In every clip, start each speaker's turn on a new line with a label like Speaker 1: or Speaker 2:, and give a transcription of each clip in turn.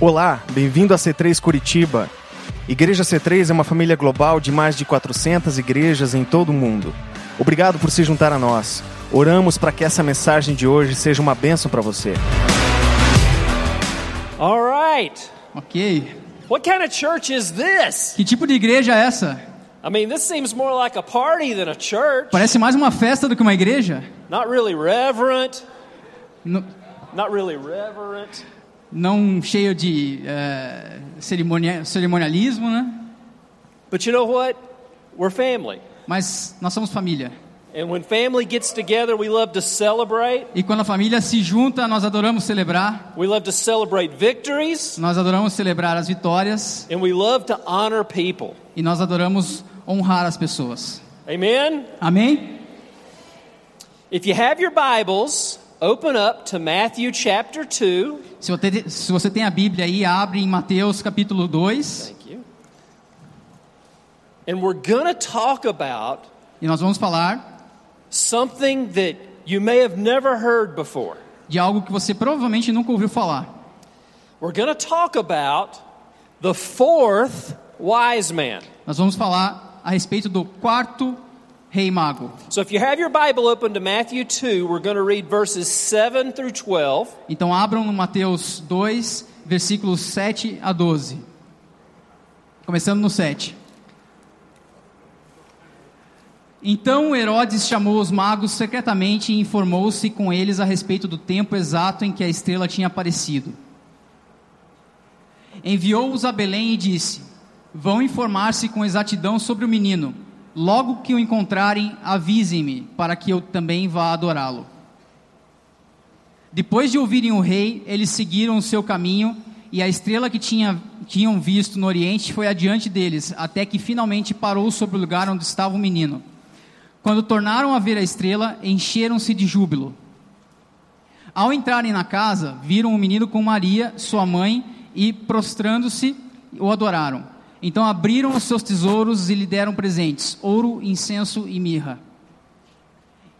Speaker 1: Olá, bem-vindo a C3 Curitiba. Igreja C3 é uma família global de mais de 400 igrejas em todo o mundo. Obrigado por se juntar a nós. Oramos para que essa mensagem de hoje seja uma bênção para você.
Speaker 2: All right.
Speaker 3: Ok.
Speaker 2: What kind of church is this?
Speaker 3: Que tipo de igreja é essa?
Speaker 2: I mean, this seems more like a party than a church.
Speaker 3: Parece mais uma festa do que uma igreja?
Speaker 2: Not really reverent.
Speaker 3: N-
Speaker 2: Not really reverent.
Speaker 3: não cheio de eh, cerimonia- cerimonialismo, né?
Speaker 2: But you know what? We're family.
Speaker 3: Mas nós somos família.
Speaker 2: And when family gets together, we love to celebrate.
Speaker 3: E quando a família se junta, nós adoramos celebrar,
Speaker 2: We love to celebrate victories.
Speaker 3: nós adoramos celebrar as vitórias
Speaker 2: And we love to honor people.
Speaker 3: e nós adoramos honrar as pessoas.
Speaker 2: Amen?
Speaker 3: Amém?
Speaker 2: If you have your Bibles, open up to Matthew chapter 2.
Speaker 3: Se você, se você tem a Bíblia aí, abre em Mateus capítulo 2
Speaker 2: Thank you. And we're going to talk about
Speaker 3: e nós vamos falar
Speaker 2: something that you may have never heard before.
Speaker 3: de algo que você provavelmente nunca ouviu falar.
Speaker 2: We're going to talk about the fourth wise man.
Speaker 3: Nós vamos falar a respeito do quarto rei mago.
Speaker 2: So if you have your Bible open to Matthew 2, we're going to read verses 7 through 12.
Speaker 3: Então abram no Mateus 2, versículos 7 a 12. Começando no 7. Então Herodes chamou os magos secretamente e informou-se com eles a respeito do tempo exato em que a estrela tinha aparecido. Enviou-os a Belém e disse: Vão informar-se com exatidão sobre o menino. Logo que o encontrarem, avisem-me, para que eu também vá adorá-lo. Depois de ouvirem o rei, eles seguiram o seu caminho, e a estrela que tinha, tinham visto no oriente foi adiante deles, até que finalmente parou sobre o lugar onde estava o menino. Quando tornaram a ver a estrela, encheram-se de júbilo. Ao entrarem na casa, viram o menino com Maria, sua mãe, e prostrando-se, o adoraram. Então abriram os seus tesouros e lhe deram presentes: ouro, incenso e mirra.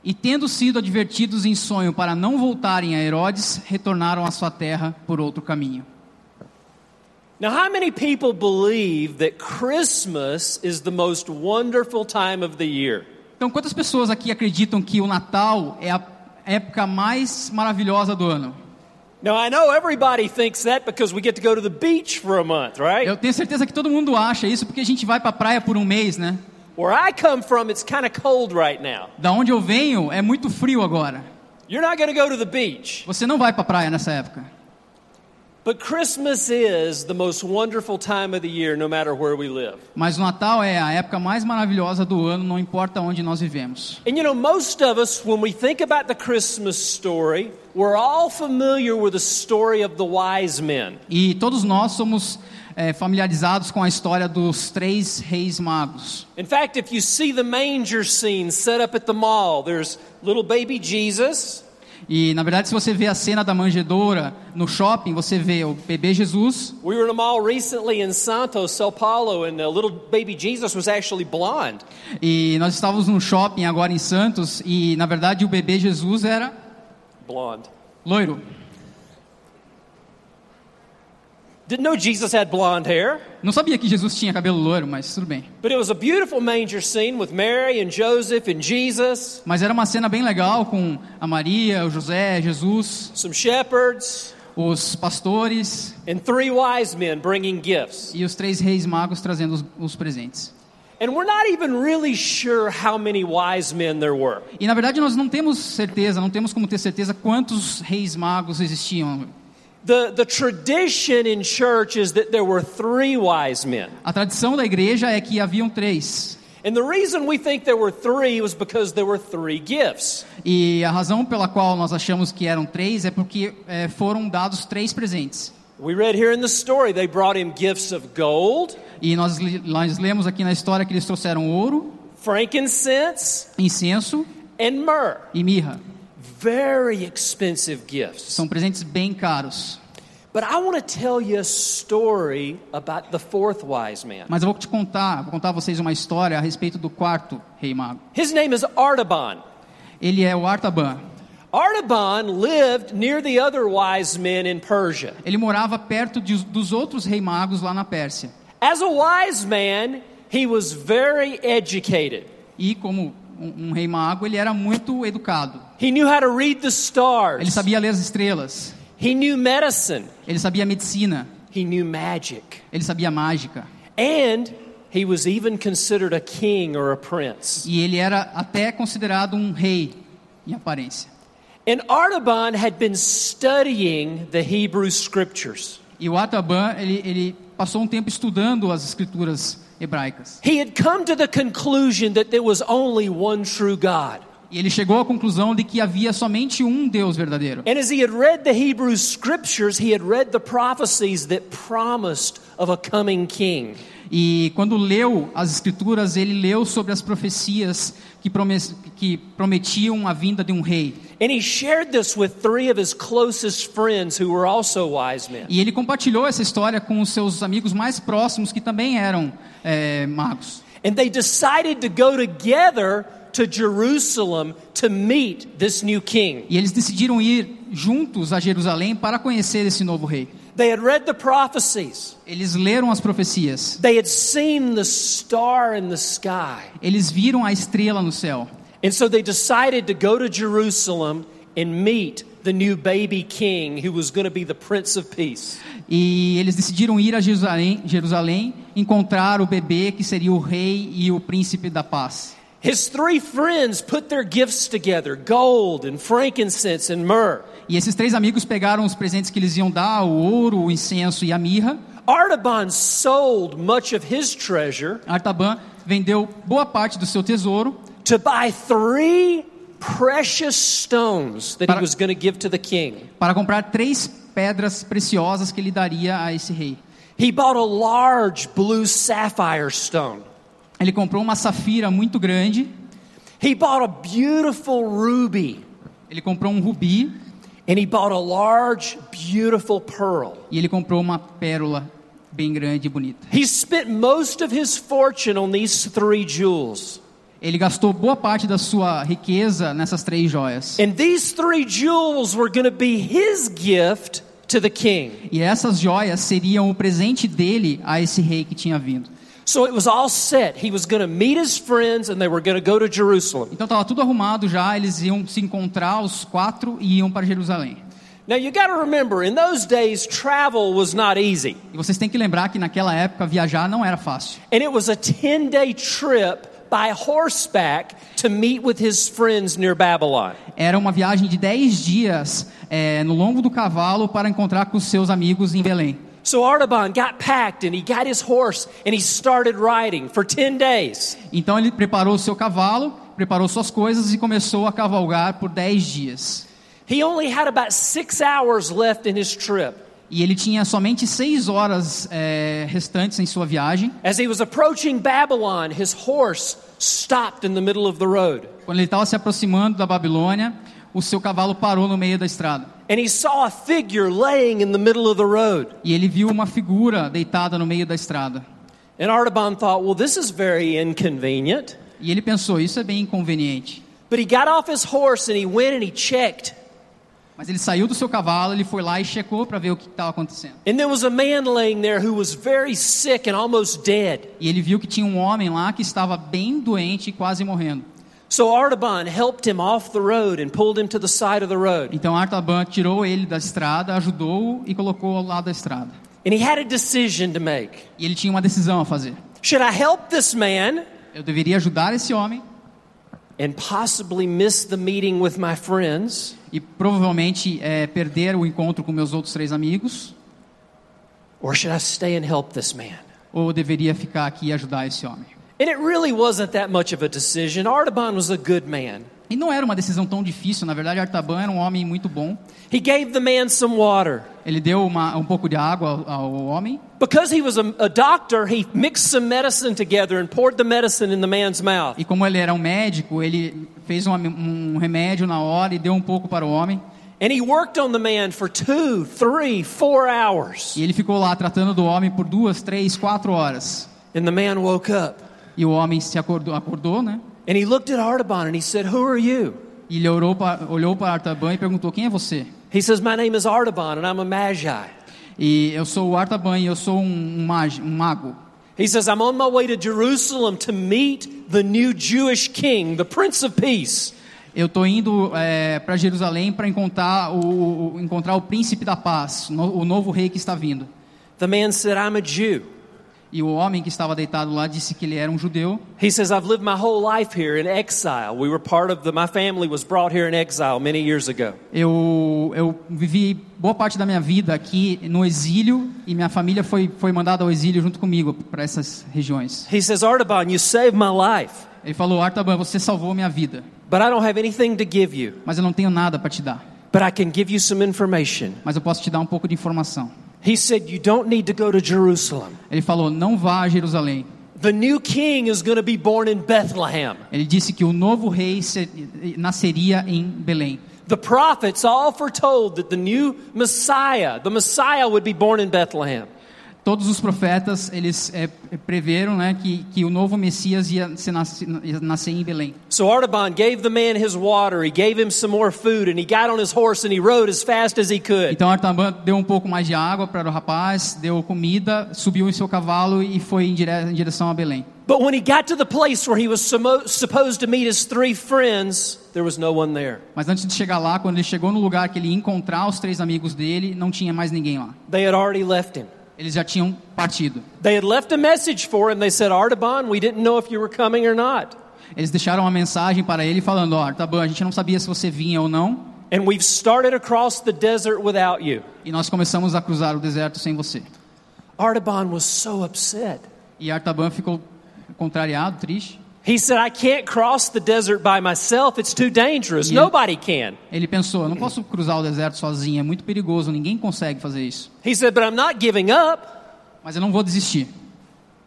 Speaker 3: E tendo sido advertidos em sonho para não voltarem a Herodes, retornaram à sua terra por outro caminho.
Speaker 2: Now, how many people believe that Christmas is the most wonderful time of the year?
Speaker 3: Então, quantas pessoas aqui acreditam que o Natal é a época mais maravilhosa do ano?
Speaker 2: Now, I know everybody thinks that because we get to go to the beach for a month, right?
Speaker 3: Eu tenho certeza que todo mundo acha isso porque a gente vai para a praia por um mês, né?
Speaker 2: Where I come from, it's kind of cold right now.
Speaker 3: Da onde eu venho é muito frio agora.
Speaker 2: You're not going to go to the beach.
Speaker 3: Você não vai para a praia nessa época.
Speaker 2: But Christmas is the most wonderful time of the year, no matter where we live.
Speaker 3: Mas o Natal é a época mais maravilhosa do ano, não importa onde nós vivemos.
Speaker 2: And you know, most of us, when we think about the Christmas story, we're all familiar with the story of the wise men.
Speaker 3: E todos nós somos eh, familiarizados com a história dos três reis magos.
Speaker 2: In fact, if you see the manger scene set up at the mall, there's little baby Jesus,
Speaker 3: E na verdade, se você vê a cena da manjedoura no shopping, você vê o bebê Jesus.
Speaker 2: We were in a mall recently in Santos, Sao Paulo, and uh, little baby Jesus was actually blonde.
Speaker 3: E nós estávamos num shopping agora em Santos e na verdade o bebê Jesus era
Speaker 2: Blonde.
Speaker 3: loiro.
Speaker 2: Didn't know Jesus had blonde hair,
Speaker 3: Não sabia que Jesus tinha cabelo loiro, mas tudo bem.
Speaker 2: but it was a beautiful manger scene with Mary and Joseph and Jesus,
Speaker 3: Mas era uma cena bem legal com a Maria, o José, Jesus,
Speaker 2: some shepherds,
Speaker 3: os pastores
Speaker 2: and three wise men bringing gifts.
Speaker 3: e os três reis magos trazendo os, os presentes.
Speaker 2: And we're not even really sure how many wise men there were.
Speaker 3: E na verdade nós não temos certeza, não temos como ter certeza quantos reis magos existiam.
Speaker 2: The, the tradition in church is that there were three wise men.
Speaker 3: A tradição da igreja é que haviam três.
Speaker 2: And the reason we think there were three was because there were three gifts.
Speaker 3: E a razão pela qual nós achamos que eram três é porque eh, foram dados três presentes.
Speaker 2: We read here in the story they brought him gifts of gold,
Speaker 3: E nós, li- nós lemos aqui na história que eles trouxeram ouro,
Speaker 2: frankincense,
Speaker 3: incenso
Speaker 2: and myrrh.
Speaker 3: e mirra.
Speaker 2: Very expensive gifts.
Speaker 3: São presentes bem caros.
Speaker 2: But I want to tell you a story about the fourth wise man.
Speaker 3: Mas eu vou te contar, vou contar a vocês uma história a respeito do quarto rei mago.
Speaker 2: His name is Artaban.
Speaker 3: Ele é o Artaban.
Speaker 2: Artaban lived near the other wise men in Persia.
Speaker 3: Ele morava perto de- dos outros rei magos lá na Pérsia.
Speaker 2: As a wise man, he was very educated.
Speaker 3: E como um, um rei mago, ele era muito educado.
Speaker 2: He knew how to read the
Speaker 3: Ele
Speaker 2: stars.
Speaker 3: sabia ler as estrelas,
Speaker 2: He knew medicine.
Speaker 3: ele sabia medicina,
Speaker 2: He knew magic.
Speaker 3: ele sabia mágica.
Speaker 2: And he was even considered a king or a prince.
Speaker 3: E ele era até considerado um rei em aparência.
Speaker 2: And Artaban had been studying the Hebrew scriptures.
Speaker 3: E o Ataban, ele, ele passou um tempo estudando as escrituras hebraicas.
Speaker 2: He had come to the conclusion that there was only one true God.
Speaker 3: E ele chegou à conclusão de que havia somente um Deus verdadeiro.
Speaker 2: And as he had read the Hebrew scriptures, he had read the prophecies that promised of a coming king.
Speaker 3: E quando leu as escrituras, ele leu sobre as profecias que, promes- que prometiam a vinda de um rei.
Speaker 2: And he shared this with three of his closest friends who were also wise men.
Speaker 3: E ele compartilhou essa história com os seus amigos mais próximos, que também eram eh, magos.
Speaker 2: And they decided to go together to Jerusalem to meet this new king.
Speaker 3: E eles decidiram ir juntos a Jerusalém para conhecer esse novo rei.
Speaker 2: They had read the prophecies,
Speaker 3: Eles leram as profecias.
Speaker 2: they had seen the star in the sky.
Speaker 3: Eles viram a estrela no céu.
Speaker 2: And so they decided to go to Jerusalem and meet the new baby king who was going to be the Prince of Peace.
Speaker 3: E eles decidiram ir a Jerusalém, Jerusalém encontrar o bebê que seria o rei e o príncipe da paz.
Speaker 2: His three friends put their gifts together gold and frankincense and myrrh.
Speaker 3: E esses três amigos pegaram os presentes que eles iam dar, o ouro, o incenso e a mirra.
Speaker 2: Artaban sold much of his treasure
Speaker 3: Artaban vendeu boa parte do seu tesouro
Speaker 2: to buy three precious stones that he
Speaker 3: Para-
Speaker 2: was going to give to the king.
Speaker 3: para comprar três pedras preciosas que ele daria a esse rei.
Speaker 2: He bought a large blue sapphire stone.
Speaker 3: Ele comprou uma safira muito grande,
Speaker 2: He bought a beautiful ruby.
Speaker 3: ele comprou um rubi
Speaker 2: And he bought a large, beautiful pearl.
Speaker 3: e ele comprou uma pérola bem grande e bonita.
Speaker 2: He spent most of his fortune on these three jewels.
Speaker 3: Ele gastou boa parte da sua riqueza nessas três joias.
Speaker 2: And these three jewels were going to be his gift to the king.
Speaker 3: E essas joias seriam o presente dele a esse rei que tinha vindo.
Speaker 2: So it was all set. He was going to meet his friends and they were going to go to Jerusalem.
Speaker 3: Então estava tudo arrumado já, eles iam se encontrar os quatro e iam para Jerusalém.
Speaker 2: Now you got to remember, in those days, travel was not easy.
Speaker 3: E vocês têm que lembrar que naquela época viajar não era fácil.
Speaker 2: And it was a 10 day trip by horseback to meet with his friends near Babylon.
Speaker 3: Era uma viagem de 10 dias eh, no longo do cavalo para encontrar com os seus amigos em Belém.
Speaker 2: So Artaban got packed and he got his horse and he started riding for 10 days.
Speaker 3: Então ele preparou o seu cavalo, preparou suas coisas e começou a cavalgar por 10 dias.
Speaker 2: He only had about six hours left in his trip.
Speaker 3: E ele tinha somente 6 horas eh, restantes em sua viagem.
Speaker 2: As he was approaching Babylon, his horse stopped in the middle of the road.
Speaker 3: Quando ele estava se aproximando da Babilônia, o seu cavalo parou no meio da estrada.
Speaker 2: And he saw a figure laying in the middle of the road.
Speaker 3: E ele viu uma figura deitada no meio da estrada.
Speaker 2: And Artaban thought, well, this is very inconvenient.
Speaker 3: E ele pensou: isso é bem inconveniente.
Speaker 2: But he got off his horse and he went and he checked.
Speaker 3: Mas ele saiu do seu cavalo, ele foi lá e checou para ver o que estava acontecendo.
Speaker 2: And there was a man laying there who was very sick and almost dead.
Speaker 3: E ele viu que tinha um homem lá que estava bem doente e quase morrendo.
Speaker 2: So Artaban helped him off the road and pulled him to the side of the road.
Speaker 3: Então Artaban tirou ele da estrada, ajudou-o e colocou ao lado da estrada.
Speaker 2: And he had a decision to make.
Speaker 3: E ele tinha uma decisão a fazer.
Speaker 2: Should I help this man
Speaker 3: Eu deveria ajudar esse homem
Speaker 2: and possibly miss the meeting with my friends?
Speaker 3: e provavelmente eh, perder o encontro com meus outros três amigos,
Speaker 2: Or should I stay and help this man?
Speaker 3: ou eu deveria ficar aqui e ajudar esse homem.
Speaker 2: And it really wasn't that much of a decision. Artaban was a good man.
Speaker 3: E não era uma decisão tão difícil, na verdade Artaban era um homem muito bom.
Speaker 2: He gave the man some water.
Speaker 3: Ele deu uma, um pouco de água ao, ao homem.
Speaker 2: Because he was a, a doctor, he mixed some medicine together and poured the medicine in the man's mouth.
Speaker 3: E como ele era um médico, ele fez um, um remédio na hora e deu um pouco para o homem.
Speaker 2: And he worked on the man for two, three, four hours.
Speaker 3: E ele ficou lá tratando do homem por duas, três, quatro horas.
Speaker 2: And the man woke up
Speaker 3: E o homem se acordou, acordou né?
Speaker 2: and he looked at Artaban and he said, Who are you?
Speaker 3: E ele orou pa- olhou para Artaban e perguntou: Quem é você?
Speaker 2: He says, My name is Artaban and I'm a magi.
Speaker 3: E eu sou o Artaban e eu sou um, um mage- um mago.
Speaker 2: He says, I'm on my way to Jerusalem to meet the new Jewish king, the Prince of Peace.
Speaker 3: Eu estou indo para Jerusalém para encontrar o, o- encontrar o príncipe da paz, no- o novo rei que está vindo.
Speaker 2: The man said, I'm a Jew.
Speaker 3: E o homem que estava deitado lá disse que ele era um judeu.
Speaker 2: He says, I've lived my whole life here in exile. We were part of the, my family was brought here in exile many years ago.
Speaker 3: Eu, eu vivi boa parte da minha vida aqui no exílio e minha família foi, foi mandada ao exílio junto comigo para essas regiões.
Speaker 2: He says, Artaban, you saved my life,
Speaker 3: Ele falou: Artaban, você salvou minha vida,
Speaker 2: but I don't have anything to give you.
Speaker 3: mas eu não tenho nada para te dar.
Speaker 2: But I can give you some information.
Speaker 3: Mas eu posso te dar um pouco de informação.
Speaker 2: He said, You don't need to go to Jerusalem.
Speaker 3: Ele falou: Não vá a Jerusalém.
Speaker 2: The new king is going to be born in Bethlehem.
Speaker 3: Ele disse que o novo rei se- nasceria em Belém.
Speaker 2: The prophets all foretold that the new Messiah, the Messiah, would be born in Bethlehem.
Speaker 3: Todos os profetas eles é, preveram né, que, que o novo Messias ia, se nasce- ia nascer em Belém.
Speaker 2: So Artaban gave the man his water, he gave him some more food, and he got on his horse and he rode as fast as he could.
Speaker 3: Então Artaban deu um pouco mais de água para o rapaz, deu comida, subiu em seu cavalo e foi em dire- em direção a Belém.
Speaker 2: But when he got to the place where he was sumo- supposed to meet his three friends, there was no one there.
Speaker 3: Mas antes de chegar lá, quando ele chegou no lugar que ele ia encontrar os três amigos dele, não tinha mais ninguém lá.
Speaker 2: They had already left him.
Speaker 3: Eles já tinham partido.
Speaker 2: They had left a message for him. They said, Artaban, we didn't know if you were coming or not.
Speaker 3: Eles deixaram uma mensagem para ele falando: Ó, Artaban, a gente não sabia se você vinha ou não,
Speaker 2: And we've started across the desert without you.
Speaker 3: e nós começamos a cruzar o deserto sem você.
Speaker 2: Artaban was so upset.
Speaker 3: E Artaban ficou contrariado, triste.
Speaker 2: He said, I can't cross the desert by myself. It's too dangerous.
Speaker 3: Yeah.
Speaker 2: Nobody can.
Speaker 3: Ele pensou: eu não posso cruzar o deserto sozinho, é muito perigoso, ninguém consegue fazer isso.
Speaker 2: He said, But I'm not giving up.
Speaker 3: Mas eu não vou desistir.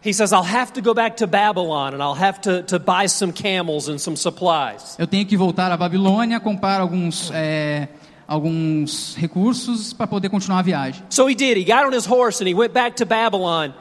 Speaker 2: He says, I'll have to go back to Babylon and I'll have to, to buy some camels and some supplies.
Speaker 3: Eu tenho que voltar à Babilônia, comprar alguns, é, alguns recursos para poder continuar a viagem.
Speaker 2: So he did. He got on his horse and he went back to Babylon.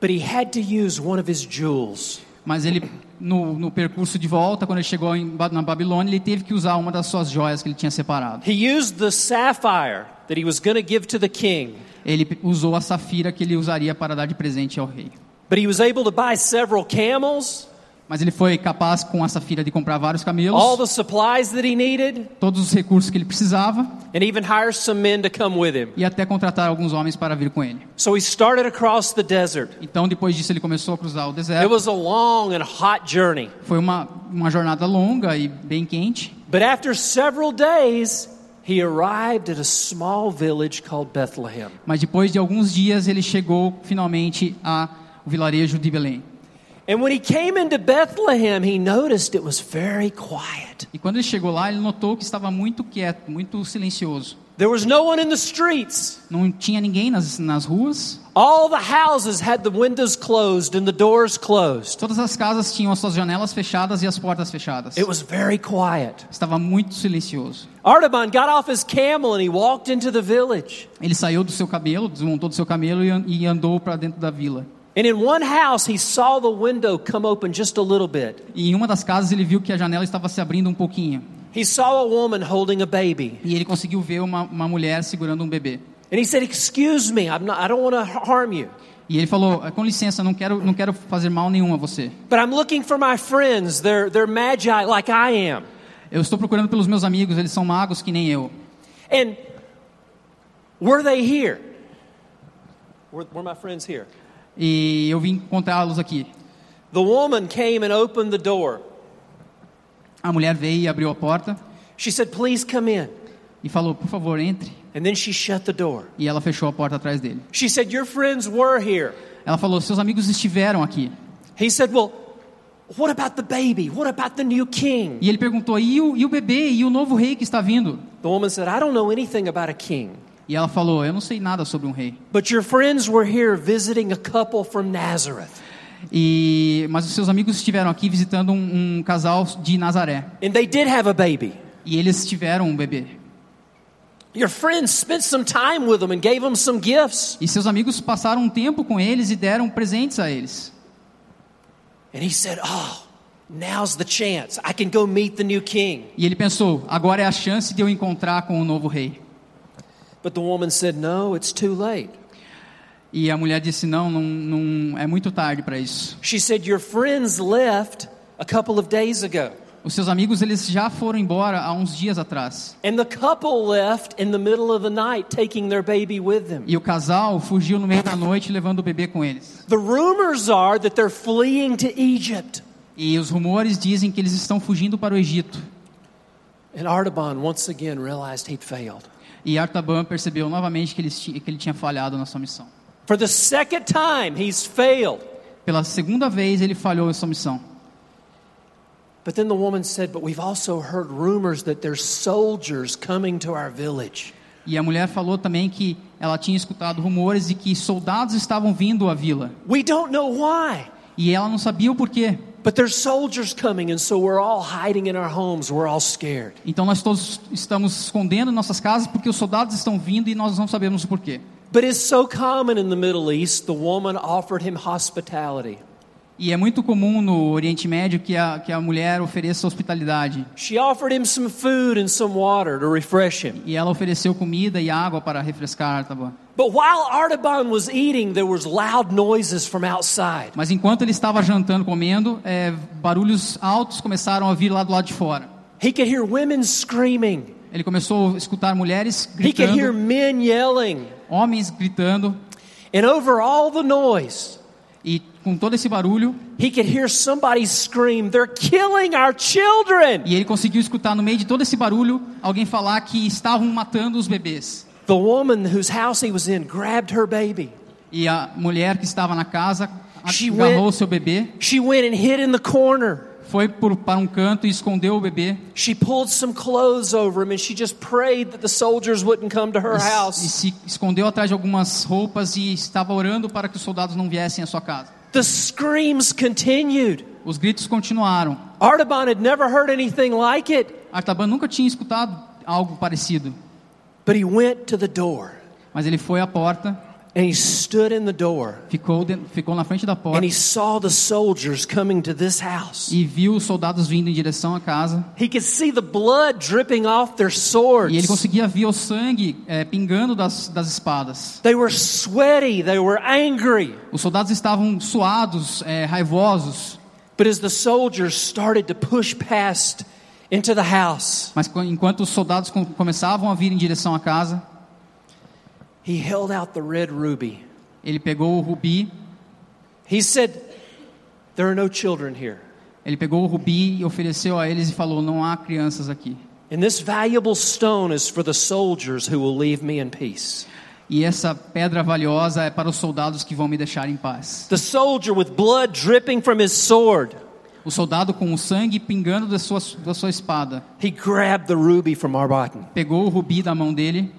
Speaker 2: But he had to use one of his jewels.
Speaker 3: Mas ele, no, no percurso de volta, quando ele chegou em, Ba- na Babilônia, ele teve que usar uma das suas joias que ele tinha separado.
Speaker 2: He used the sapphire that he was going to give to the king,
Speaker 3: Ele pe- usou a safira que ele usaria para dar de presente ao rei.
Speaker 2: but he was able to buy several camels,
Speaker 3: Mas ele foi capaz, com a safira, de comprar vários camelos,
Speaker 2: all the supplies that he needed,
Speaker 3: todos os recursos que ele precisava,
Speaker 2: and even hire some men to come with him.
Speaker 3: e até contratar alguns homens para vir com ele.
Speaker 2: So he started across the desert.
Speaker 3: Então, depois disso, ele começou a cruzar o
Speaker 2: It
Speaker 3: deserto.
Speaker 2: was a long and hot journey.
Speaker 3: Foi uma, uma jornada longa e bem quente.
Speaker 2: But after several days, he arrived at a small village called Bethlehem.
Speaker 3: Mas depois de alguns dias ele chegou finalmente ao vilarejo de Belém.
Speaker 2: And when he came into Bethlehem, he noticed it was very quiet.
Speaker 3: E quando ele chegou lá, ele notou que estava muito quieto, muito silencioso.
Speaker 2: There was no one in the streets.
Speaker 3: Não tinha ninguém nas, nas ruas.
Speaker 2: All the houses had the windows closed and the doors closed.
Speaker 3: Todas as casas tinham as suas janelas fechadas e as portas fechadas.
Speaker 2: It was very quiet.
Speaker 3: Estava muito silencioso.
Speaker 2: Artaban got off his camel and he walked into the village.
Speaker 3: Ele saiu do seu camelo, desmontou do seu camelo e an- e andou para dentro da vila.
Speaker 2: And in one house, he saw the window come open just a little bit.
Speaker 3: E em uma das casas ele viu que a janela estava se abrindo um pouquinho.
Speaker 2: He saw a woman holding a baby.
Speaker 3: E ele conseguiu ver uma, uma mulher segurando um bebê.
Speaker 2: And he said, Excuse me, I'm not, I don't want to harm you,
Speaker 3: E ele falou: "Ah, "Com licença, não quero, não quero fazer mal nenhum a você.
Speaker 2: but I'm looking for my friends. They're, they're magi like I am.
Speaker 3: Eu estou procurando pelos meus amigos, eles são magos que nem eu.
Speaker 2: And were they here? Were, were my friends here?
Speaker 3: E eu vim encontrá-los aqui.
Speaker 2: The woman came and opened the door.
Speaker 3: A mulher veio e abriu a porta
Speaker 2: She said, Please come in.
Speaker 3: e falou: Por favor, entre.
Speaker 2: And then she shut the door.
Speaker 3: E ela fechou a porta atrás dele.
Speaker 2: She said, Your friends were here.
Speaker 3: Ela falou: Seus amigos estiveram aqui.
Speaker 2: He said, Well, what about the baby? What about the new king?
Speaker 3: E ele perguntou: E o, e o bebê? E o novo rei que está vindo?
Speaker 2: The woman said, I don't know anything about a king,
Speaker 3: E ela falou: Eu não sei nada sobre um rei.
Speaker 2: but your friends were here visiting a couple from Nazareth.
Speaker 3: E mas os seus amigos estiveram aqui visitando um, um casal de Nazaré.
Speaker 2: And they did have a baby.
Speaker 3: E eles tiveram um bebê.
Speaker 2: Your friends spent some time with them and gave them some gifts.
Speaker 3: E seus amigos passaram um tempo com eles e deram presentes a eles.
Speaker 2: And he said, Oh, Now's the chance. I can go meet the new king.
Speaker 3: E ele pensou: agora é a chance de eu encontrar com o novo rei.
Speaker 2: But the woman said, No, it's too late.
Speaker 3: E a mulher disse: não, não, não é muito tarde para isso.
Speaker 2: She said, Your friends left a couple of days ago.
Speaker 3: Os seus amigos eles já foram embora há uns dias atrás.
Speaker 2: And the couple left in the middle of the night taking their baby with them.
Speaker 3: E o casal fugiu no meio da noite levando o bebê com eles.
Speaker 2: The rumors are that they're fleeing to Egypt.
Speaker 3: E os rumores dizem que eles estão fugindo para o Egito.
Speaker 2: And Artaban once again realized he'd failed.
Speaker 3: E Artaban percebeu novamente que, eles ti- que ele tinha falhado na sua missão.
Speaker 2: For the second time, he's failed.
Speaker 3: Pela segunda vez ele falhou em sua missão.
Speaker 2: But then the woman said, But we've also heard rumors that there's soldiers coming to our village.
Speaker 3: E a mulher falou também que ela tinha escutado rumores de que soldados estavam vindo à vila.
Speaker 2: We don't know why,
Speaker 3: E ela não sabia o porquê.
Speaker 2: but there's soldiers coming, and so we're all hiding in our homes. We're all scared.
Speaker 3: Então nós todos estamos escondendo em nossas casas porque os soldados estão vindo e nós não sabemos o porquê.
Speaker 2: But it's so common in the Middle East, the woman offered him hospitality.
Speaker 3: E é muito comum no Oriente Médio que a, que a mulher ofereça hospitalidade.
Speaker 2: She offered him some food and some water to refresh him.
Speaker 3: E ela ofereceu comida e água para refrescar tá Artaban.
Speaker 2: But while Artaban was eating, there was loud noises from outside.
Speaker 3: Mas enquanto ele estava jantando, comendo, é, barulhos altos começaram a vir lá do lado de fora.
Speaker 2: He could hear women screaming.
Speaker 3: Ele começou a escutar mulheres
Speaker 2: He could hear
Speaker 3: gritando,
Speaker 2: men yelling.
Speaker 3: homens gritando,
Speaker 2: And over all the noise,
Speaker 3: e com todo esse barulho,
Speaker 2: he could hear somebody scream, They're killing our children.
Speaker 3: e ele conseguiu escutar no meio de todo esse barulho alguém falar que estavam matando os bebês.
Speaker 2: The woman whose house he was in grabbed her baby.
Speaker 3: E a mulher que estava na casa
Speaker 2: She
Speaker 3: agarrou o
Speaker 2: went-
Speaker 3: seu bebê,
Speaker 2: She went and hid in the corner.
Speaker 3: foi por, para um canto e escondeu o bebê.
Speaker 2: She pulled some clothes over him and she just prayed that the soldiers wouldn't come to her
Speaker 3: e, e
Speaker 2: house.
Speaker 3: se escondeu atrás de algumas roupas e estava orando para que os soldados não viessem à sua casa.
Speaker 2: The screams continued.
Speaker 3: Os gritos continuaram.
Speaker 2: Artaban had never heard anything like it,
Speaker 3: Artaban nunca tinha escutado algo parecido,
Speaker 2: but he went to the door
Speaker 3: mas ele foi à porta,
Speaker 2: and he stood in the door
Speaker 3: ficou, de- ficou na frente da
Speaker 2: and
Speaker 3: porta
Speaker 2: he saw the soldiers coming to this house.
Speaker 3: e viu os soldados vindo em direção à casa.
Speaker 2: He could see the blood dripping off their swords.
Speaker 3: E ele conseguia ver o sangue eh, pingando das, das espadas.
Speaker 2: They were sweaty, they were angry.
Speaker 3: Os soldados estavam suados, eh, raivosos,
Speaker 2: But as the soldiers started to push past into the house,
Speaker 3: mas quan- enquanto os soldados com- começavam a vir em direção à casa,
Speaker 2: he held out the red ruby.
Speaker 3: ele pegou o rubi,
Speaker 2: He said, There are no children here.
Speaker 3: ele pegou o rubi e ofereceu a eles e falou: "Não há crianças aqui".
Speaker 2: And this valuable stone is for the soldiers who will leave me in peace.
Speaker 3: E essa pedra valiosa é para os soldados que vão me deixar em paz.
Speaker 2: The soldier with blood dripping from his sword,
Speaker 3: O soldado com o sangue pingando da sua, da sua espada
Speaker 2: he grabbed the ruby from Arbatin.
Speaker 3: pegou o rubi da mão dele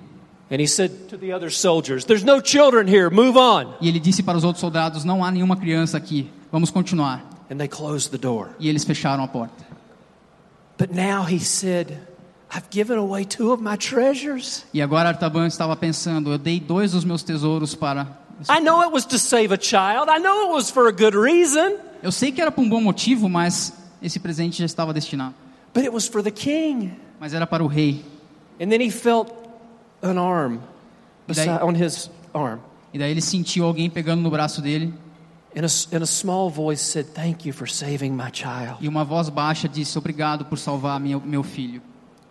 Speaker 2: And he said to the other soldiers, There's no children here, move on.
Speaker 3: e ele disse para os outros soldados: Não há nenhuma criança aqui, vamos continuar.
Speaker 2: And they closed the door.
Speaker 3: E eles fecharam a porta.
Speaker 2: But now he said, I've given away two of my treasures.
Speaker 3: E agora Artaban estava pensando: Eu dei dois dos meus tesouros para.
Speaker 2: I know it was to save a child, I know it was for a good reason,
Speaker 3: Eu sei que era por um bom motivo, mas esse presente já estava destinado.
Speaker 2: but it was for the king.
Speaker 3: Mas era para o rei.
Speaker 2: And then he felt an arm beside, on his arm.
Speaker 3: E daí ele sentiu alguém pegando no braço dele
Speaker 2: And a, and a small voice said, Thank you for saving my child.
Speaker 3: e uma voz baixa disse: Obrigado por salvar meu, meu filho.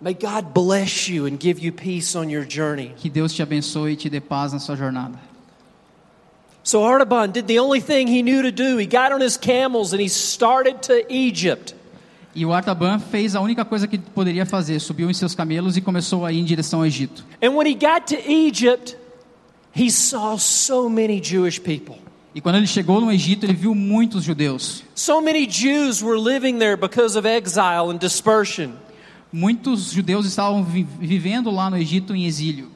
Speaker 2: May God bless you and give you peace on your journey.
Speaker 3: Que Deus te abençoe e te dê paz na sua jornada.
Speaker 2: So Artaban did the only thing he knew to do. He got on his camels and he started to Egypt.
Speaker 3: E o Artaban fez a única coisa que poderia fazer: subiu em seus camelos e começou a ir em direção ao Egito.
Speaker 2: And when he got to Egypt, he saw so many Jewish people.
Speaker 3: E quando ele chegou no Egito, ele viu muitos judeus.
Speaker 2: So many Jews were living there because of exile and dispersion.
Speaker 3: Muitos judeus estavam vi- vivendo lá no Egito em exílio.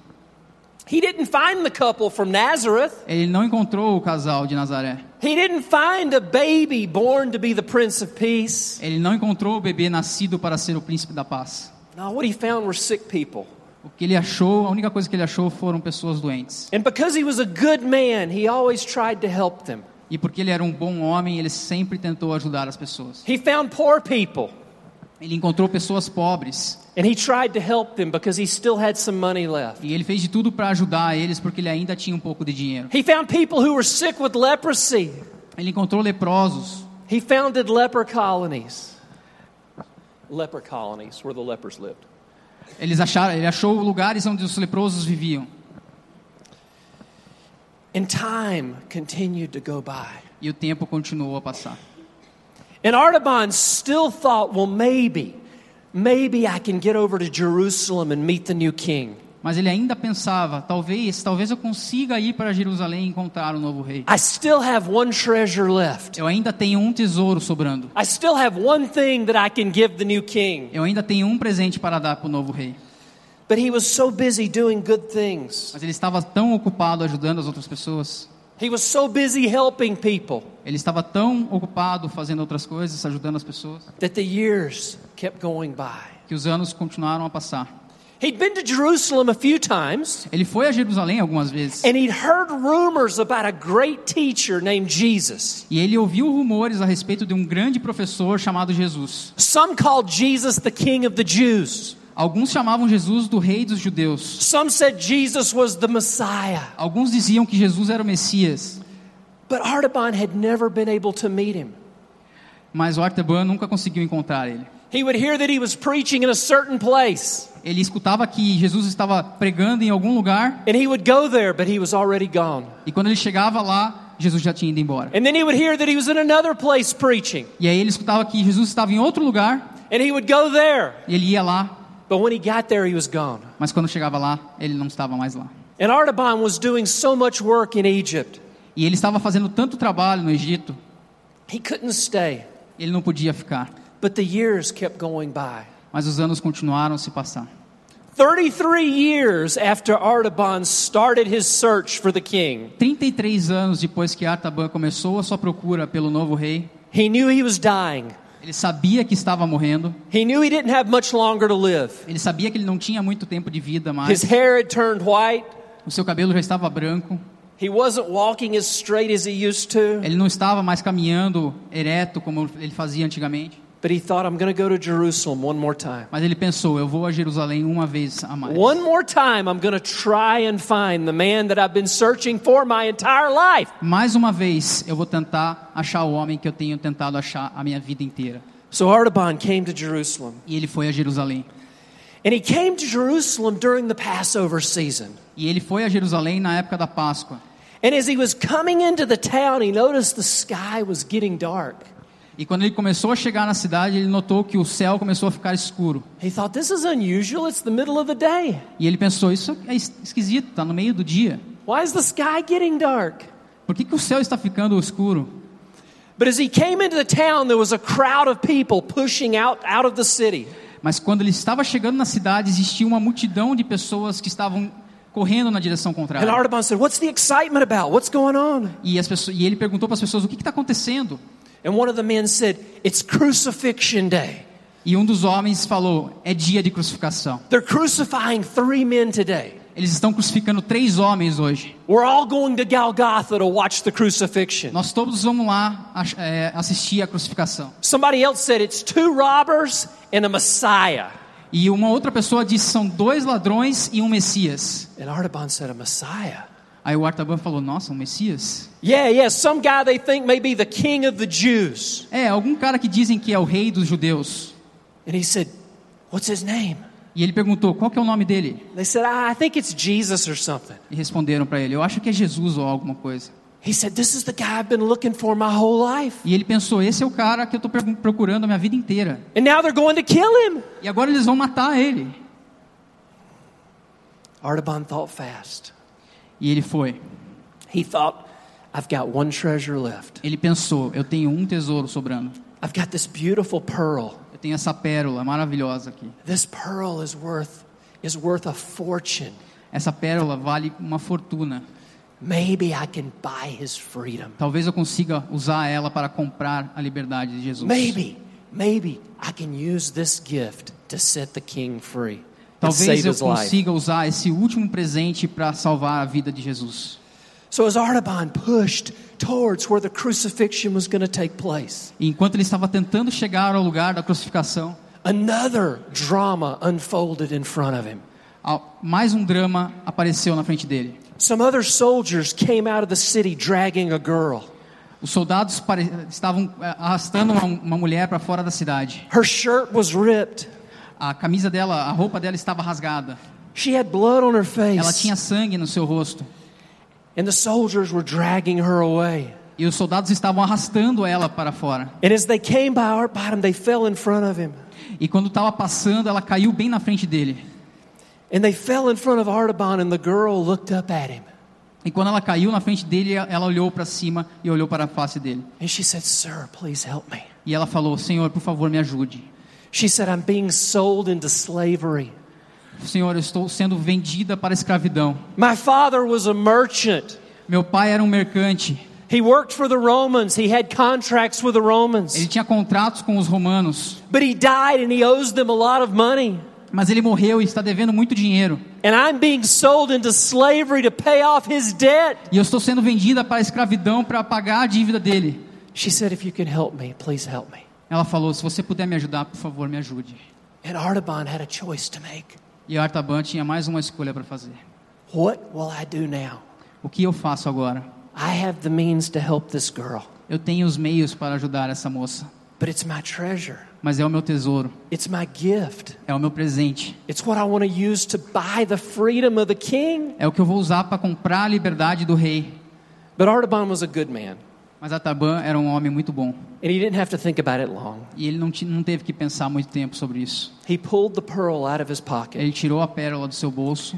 Speaker 2: He didn't find the couple from Nazareth.
Speaker 3: Ele não encontrou o casal de Nazaré.
Speaker 2: He didn't find a baby born to be the Prince of Peace.
Speaker 3: Ele não encontrou o bebê nascido para ser o príncipe da paz.
Speaker 2: No, what he found were sick people.
Speaker 3: O que ele achou, a única coisa que ele achou foram pessoas doentes.
Speaker 2: And because he was a good man, he always tried to help them.
Speaker 3: E porque ele era um bom homem, ele sempre tentou ajudar as pessoas.
Speaker 2: He found poor people
Speaker 3: Ele encontrou pessoas pobres
Speaker 2: and he tried to help them because he still had some money left.
Speaker 3: e ele fez de tudo para ajudar eles porque ele ainda tinha um pouco de dinheiro.
Speaker 2: He found people who were sick with leprosy.
Speaker 3: Ele encontrou leprosos.
Speaker 2: He founded leper colonies. Leper colonies where the lepers lived.
Speaker 3: Eles acharam, ele achou lugares onde os leprosos viviam.
Speaker 2: And time continued to go by.
Speaker 3: E o tempo continuou a passar.
Speaker 2: And Artaban still thought, well, maybe, maybe I can get over to Jerusalem and meet the new king.
Speaker 3: Mas ele ainda pensava, talvez, talvez eu consiga ir para Jerusalém e encontrar o novo rei.
Speaker 2: I still have one treasure left.
Speaker 3: Eu ainda tenho um tesouro sobrando.
Speaker 2: I still have one thing that I can give the new king.
Speaker 3: Eu ainda tenho um presente para dar para o novo rei.
Speaker 2: But he was so busy doing good things.
Speaker 3: Mas ele estava tão ocupado ajudando as outras pessoas.
Speaker 2: He was so busy helping people
Speaker 3: Ele estava tão ocupado fazendo outras coisas, ajudando as pessoas,
Speaker 2: that the years kept going by.
Speaker 3: que os anos continuaram a passar.
Speaker 2: He'd been to Jerusalem a few times,
Speaker 3: Ele foi a Jerusalém algumas vezes
Speaker 2: and he'd heard rumors about a great teacher named Jesus.
Speaker 3: e ele ouviu rumores a respeito de um grande professor chamado Jesus.
Speaker 2: Some called Jesus the King of the Jews.
Speaker 3: Alguns chamavam Jesus do rei dos judeus.
Speaker 2: Some said Jesus was the Messiah.
Speaker 3: Alguns diziam que Jesus era o Messias,
Speaker 2: But Artaban had never been able to meet him.
Speaker 3: mas o Artaban nunca conseguiu encontrar ele.
Speaker 2: He would hear that he was preaching in a certain place,
Speaker 3: Ele escutava que Jesus estava pregando em algum lugar
Speaker 2: and he would go there, but he was already gone.
Speaker 3: e quando ele chegava lá, Jesus já tinha ido embora.
Speaker 2: And then he would hear that he was in another place preaching,
Speaker 3: E aí ele escutava que Jesus estava em outro lugar
Speaker 2: and he would go there.
Speaker 3: e ele ia lá,
Speaker 2: But when he got there, he was gone.
Speaker 3: mas quando chegava lá, ele não estava mais lá.
Speaker 2: And Artaban was doing so much work in Egypt,
Speaker 3: E ele estava fazendo tanto trabalho no Egito,
Speaker 2: he couldn't stay.
Speaker 3: ele não podia ficar.
Speaker 2: But the years kept going by.
Speaker 3: Mas os anos continuaram a se passar.
Speaker 2: 33 years after Artaban started his search for the king,
Speaker 3: 33 anos depois que Artaban começou a sua procura pelo novo rei,
Speaker 2: he knew he was dying.
Speaker 3: ele sabia que estava morrendo,
Speaker 2: He knew he didn't have much longer to live.
Speaker 3: ele sabia que ele não tinha muito tempo de vida
Speaker 2: His
Speaker 3: mais,
Speaker 2: hair had turned white.
Speaker 3: o seu cabelo já estava branco,
Speaker 2: He wasn't walking as straight as he used to,
Speaker 3: ele não estava mais caminhando ereto como ele fazia antigamente.
Speaker 2: but he thought, I'm going to go to Jerusalem one more time.
Speaker 3: Mas ele pensou: eu vou a Jerusalém uma vez a mais.
Speaker 2: One more time, I'm going to try and find the man that I've been searching for my entire life.
Speaker 3: Mais uma vez eu vou tentar achar o homem que eu tenho tentado achar a minha vida inteira.
Speaker 2: So Artaban came to Jerusalem.
Speaker 3: E ele foi a Jerusalém.
Speaker 2: And he came to Jerusalem during the Passover season.
Speaker 3: E ele foi a Jerusalém na época da Páscoa.
Speaker 2: And as he was coming into the town, he noticed the sky was getting dark.
Speaker 3: E quando ele começou a chegar na cidade, ele notou que o céu começou a ficar escuro.
Speaker 2: He thought, This is unusual. It's the middle of the day.
Speaker 3: E ele pensou: isso é es- esquisito, está no meio do dia.
Speaker 2: Why is the sky getting dark?
Speaker 3: Por que, que o céu está ficando escuro?
Speaker 2: But as he came into the town, there was a crowd of people pushing out, out of the city.
Speaker 3: Mas quando ele estava chegando na cidade, existia uma multidão de pessoas que estavam correndo na direção
Speaker 2: And
Speaker 3: contrária.
Speaker 2: Artaban said, What's the excitement about? What's going on?
Speaker 3: E, as pessoas, e ele perguntou para as pessoas: o que está acontecendo?
Speaker 2: And one of the men said, It's crucifixion day.
Speaker 3: E um dos homens falou: é dia de crucificação.
Speaker 2: They're crucifying three men today.
Speaker 3: Eles estão crucificando três homens hoje.
Speaker 2: We're all going to Golgotha to watch the crucifixion.
Speaker 3: Nós todos vamos lá ach- é, assistir à crucificação.
Speaker 2: Somebody else said, It's two robbers and a Messiah.
Speaker 3: E uma outra pessoa disse: são dois ladrões e um Messias.
Speaker 2: And Artaban said, A Messiah?
Speaker 3: Aí o Artaban falou: nossa, um Messias?
Speaker 2: Yeah, yeah, some guy they think may be the king of the Jews.
Speaker 3: É, algum cara que dizem que é o rei dos judeus.
Speaker 2: And he said, What's his name?
Speaker 3: E ele perguntou: qual que é o nome dele?
Speaker 2: They said, ah, I think it's Jesus or something.
Speaker 3: E responderam para ele: eu acho que é Jesus ou alguma coisa.
Speaker 2: He said, This is the guy I've been looking for my whole life.
Speaker 3: E ele pensou: esse é o cara que eu estou procurando a minha vida inteira.
Speaker 2: And now they're going to kill him.
Speaker 3: E agora eles vão matar ele.
Speaker 2: Artaban thought fast.
Speaker 3: E ele foi.
Speaker 2: He thought, I've got one treasure left.
Speaker 3: Ele pensou: eu tenho um tesouro sobrando.
Speaker 2: I've got this beautiful pearl.
Speaker 3: Eu tenho essa pérola maravilhosa aqui.
Speaker 2: This pearl is worth is worth a fortune.
Speaker 3: Essa pérola vale uma fortuna.
Speaker 2: Maybe I can buy his freedom.
Speaker 3: Talvez eu consiga usar ela para comprar a liberdade de Jesus.
Speaker 2: Maybe, maybe I can use this gift to set the king free. and
Speaker 3: Talvez
Speaker 2: save
Speaker 3: eu
Speaker 2: his life.
Speaker 3: consiga usar esse último presente para salvar a vida de Jesus.
Speaker 2: So as Artaban pushed towards where the crucifixion was going to take place,
Speaker 3: E enquanto ele estava tentando chegar ao lugar da crucificação,
Speaker 2: another drama unfolded in front of him.
Speaker 3: ao- mais um drama apareceu na frente dele.
Speaker 2: Some other soldiers came out of the city dragging a girl.
Speaker 3: Os soldados pare- estavam é, arrastando uma, uma mulher para fora da cidade.
Speaker 2: Her shirt was ripped.
Speaker 3: A camisa dela, a roupa dela estava rasgada.
Speaker 2: She had blood on her
Speaker 3: Ela
Speaker 2: face.
Speaker 3: tinha sangue no seu rosto.
Speaker 2: And the soldiers were dragging her away.
Speaker 3: E os soldados estavam arrastando ela para fora.
Speaker 2: And as they came by Art Bottom, they fell in front of him.
Speaker 3: E quando estava passando, ela caiu bem na frente dele.
Speaker 2: And they fell in front of Artaban, and the girl looked up at him.
Speaker 3: E quando ela caiu na frente dele, ela olhou para cima e olhou para a face dele.
Speaker 2: And she said, Sir, please help me.
Speaker 3: E ela falou: Senhor, por favor, me ajude.
Speaker 2: She said, I'm being sold into slavery.
Speaker 3: Senhor, eu estou sendo vendida para a escravidão.
Speaker 2: My father was a merchant.
Speaker 3: Meu pai era um mercante.
Speaker 2: He worked for the Romans. He had contracts with the
Speaker 3: Ele
Speaker 2: Romans.
Speaker 3: tinha contratos com os romanos,
Speaker 2: But he died and he owes them a lot of money.
Speaker 3: mas ele morreu e está devendo muito dinheiro.
Speaker 2: And I'm being sold into slavery to pay off his debt.
Speaker 3: E eu estou sendo vendida para a escravidão para pagar a dívida dele.
Speaker 2: She said, If you can help me, please help me.
Speaker 3: Ela falou: Se você puder me ajudar, por favor, me ajude.
Speaker 2: And Artaban had a choice to make.
Speaker 3: E a Artaban tinha mais uma escolha para fazer.
Speaker 2: What will I do now?
Speaker 3: O que eu faço agora?
Speaker 2: I have the means to help this girl,
Speaker 3: Eu tenho os meios para ajudar essa moça,
Speaker 2: but it's my treasure.
Speaker 3: mas é o meu tesouro,
Speaker 2: It's my gift.
Speaker 3: é o meu presente.
Speaker 2: It's what I want to use to buy the freedom of the king.
Speaker 3: É o que eu vou usar para comprar a liberdade do rei.
Speaker 2: But Artaban was a good man,
Speaker 3: Mas Artaban era um homem muito bom.
Speaker 2: and he didn't have to think about it long.
Speaker 3: E ele não, ti- não teve que pensar muito tempo sobre isso.
Speaker 2: He pulled the pearl out of his pocket
Speaker 3: Ele tirou a pérola do seu bolso,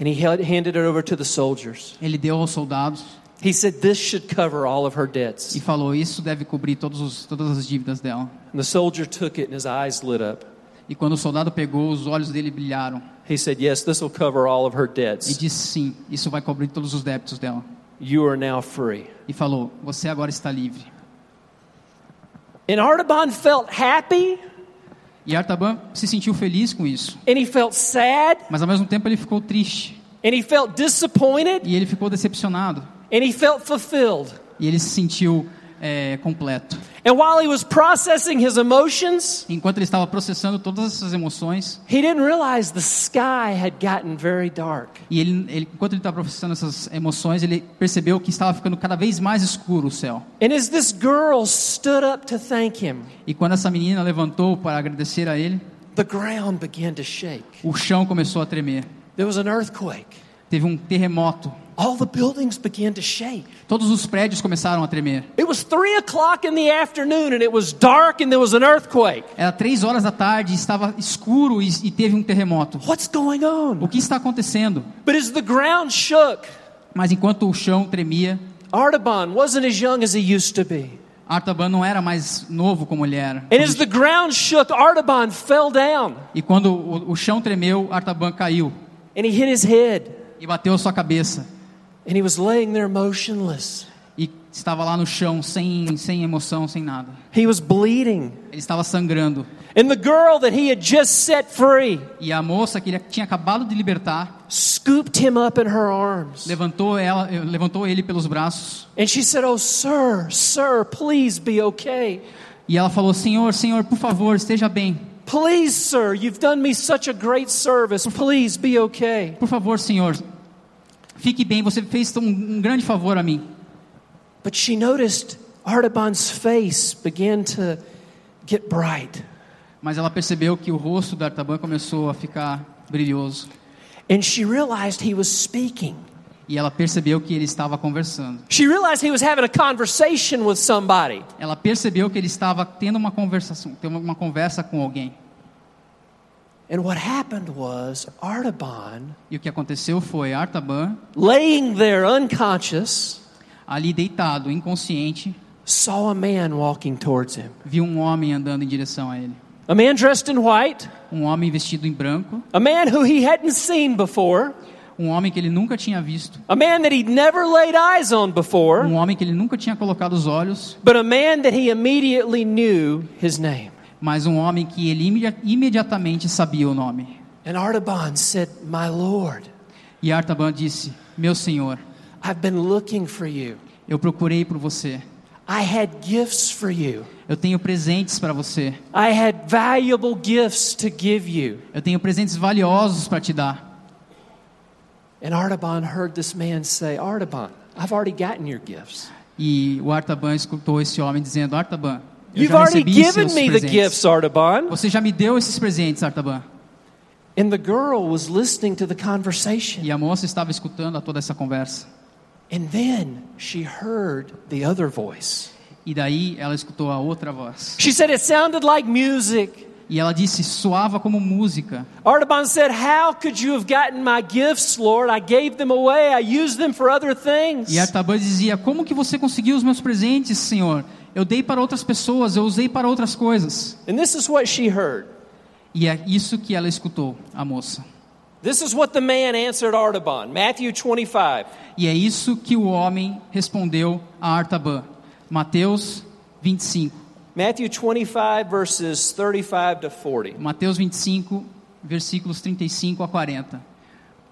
Speaker 2: and he held- handed it over to the soldiers.
Speaker 3: ele deu aos soldados
Speaker 2: He said, This should cover all of her debts.
Speaker 3: e falou: Isso deve cobrir todos os, todas as dívidas dela.
Speaker 2: And the soldier took it and his eyes lit up.
Speaker 3: E quando o soldado pegou, os olhos dele brilharam
Speaker 2: He said, Yes, this will cover all of her
Speaker 3: e
Speaker 2: debts.
Speaker 3: disse: Sim, isso vai cobrir todos os débitos dela.
Speaker 2: You are now free.
Speaker 3: E falou: Você agora está livre.
Speaker 2: And Artaban felt happy
Speaker 3: E Artaban se sentiu feliz com isso,
Speaker 2: and he felt sad
Speaker 3: mas ao mesmo tempo ele ficou triste
Speaker 2: and he felt disappointed
Speaker 3: e ele ficou decepcionado
Speaker 2: and he felt fulfilled.
Speaker 3: e ele se sentiu eh, completo.
Speaker 2: And while he was processing his emotions,
Speaker 3: Enquanto ele estava processando todas essas emoções,
Speaker 2: he didn't realize the sky had gotten very dark.
Speaker 3: e ele, ele- enquanto ele estava processando essas emoções, ele percebeu que estava ficando cada vez mais escuro o céu.
Speaker 2: And as this girl stood up to thank him,
Speaker 3: E quando essa menina levantou para agradecer a ele,
Speaker 2: the ground began to shake.
Speaker 3: o chão começou a tremer.
Speaker 2: There was an earthquake.
Speaker 3: Teve um terremoto.
Speaker 2: All the buildings began to shake.
Speaker 3: Todos os prédios começaram a tremer.
Speaker 2: It was three o'clock in the afternoon and it was dark and there was an earthquake.
Speaker 3: Era três horas da tarde, estava escuro e, e teve um terremoto.
Speaker 2: What's going
Speaker 3: O
Speaker 2: on?
Speaker 3: que está acontecendo?
Speaker 2: But as the ground shook,
Speaker 3: Mas enquanto o chão tremia,
Speaker 2: Artaban wasn't as young as he used to be.
Speaker 3: Artaban não era mais novo como ele era.
Speaker 2: And as the ground shook, Artaban fell down
Speaker 3: E quando o, o chão tremeu, Artaban caiu
Speaker 2: and he hit his head
Speaker 3: e bateu a sua cabeça.
Speaker 2: and he was laying there motionless.
Speaker 3: E estava lá no chão, sem, sem emoção, sem nada.
Speaker 2: He was bleeding.
Speaker 3: Ele estava sangrando.
Speaker 2: And the girl that he had just set free
Speaker 3: E a moça que ele tinha acabado de libertar
Speaker 2: scooped him up in her arms.
Speaker 3: levantou, ela, eh, levantou ele pelos braços.
Speaker 2: And she said, Oh, sir, sir, please be okay.
Speaker 3: E ela falou: Senhor, Senhor, por favor, esteja bem.
Speaker 2: Please, sir, you've done me such a great service. Please be okay.
Speaker 3: Por favor, Senhor, fique bem. Você fez um, um grande favor a mim.
Speaker 2: But she noticed Artaban's face began to get bright.
Speaker 3: Mas ela percebeu que o rosto da Artaban começou a ficar brilhoso.
Speaker 2: And she realized he was speaking.
Speaker 3: E ela percebeu que ele estava conversando.
Speaker 2: She realized he was having a conversation with somebody.
Speaker 3: Ela percebeu que ele estava tendo uma conversação, tendo uma conversa com alguém.
Speaker 2: And what happened was Artaban,
Speaker 3: E o que aconteceu foi Artaban,
Speaker 2: laying there unconscious,
Speaker 3: ali deitado, inconsciente,
Speaker 2: saw a man walking towards him.
Speaker 3: viu um homem andando em direção a ele.
Speaker 2: A man dressed in white,
Speaker 3: Um homem vestido em branco,
Speaker 2: a man who he hadn't seen before,
Speaker 3: um homem que ele nunca tinha visto,
Speaker 2: a man that he'd never laid eyes on
Speaker 3: um
Speaker 2: before,
Speaker 3: homem que ele nunca tinha colocado os olhos,
Speaker 2: but a man that he immediately knew his name.
Speaker 3: mas um homem que ele imedia- imediatamente sabia o nome.
Speaker 2: And Artaban said, My Lord,
Speaker 3: E Artaban disse: Meu senhor,
Speaker 2: I've been looking for you.
Speaker 3: Eu procurei por você.
Speaker 2: I had gifts for you.
Speaker 3: Eu tenho presentes para você.
Speaker 2: I had valuable gifts to give you.
Speaker 3: Eu tenho presentes valiosos para te dar.
Speaker 2: And Artaban heard this man say, Artaban, I've already gotten your gifts.
Speaker 3: E o Artaban escutou esse homem dizendo: Artaban, eu
Speaker 2: You've
Speaker 3: já
Speaker 2: already
Speaker 3: recebi seus
Speaker 2: given me the
Speaker 3: presentes.
Speaker 2: gifts, Artaban.
Speaker 3: Você já me deu esses presentes, Artaban.
Speaker 2: And the girl was listening to the conversation.
Speaker 3: E a moça estava escutando a toda essa conversa.
Speaker 2: And then she heard the other voice.
Speaker 3: E daí ela escutou a outra voz.
Speaker 2: She said it sounded like music.
Speaker 3: E ela disse: soava como música.
Speaker 2: Artaban said, How could you have gotten my gifts, Lord? I gave them away, I used them for other things.
Speaker 3: E Artaban dizia: Como que você conseguiu os meus presentes, Senhor? Eu dei para outras pessoas, eu usei para outras coisas.
Speaker 2: And this is what she heard.
Speaker 3: E é isso que ela escutou, a moça.
Speaker 2: This is what the man answered Artaban. Matthew 25.
Speaker 3: E é isso que o homem respondeu a Artaban. Mateus 25.
Speaker 2: Matthew 25, verses 35 to 40.
Speaker 3: Mateus 25, versículos 35 a 40.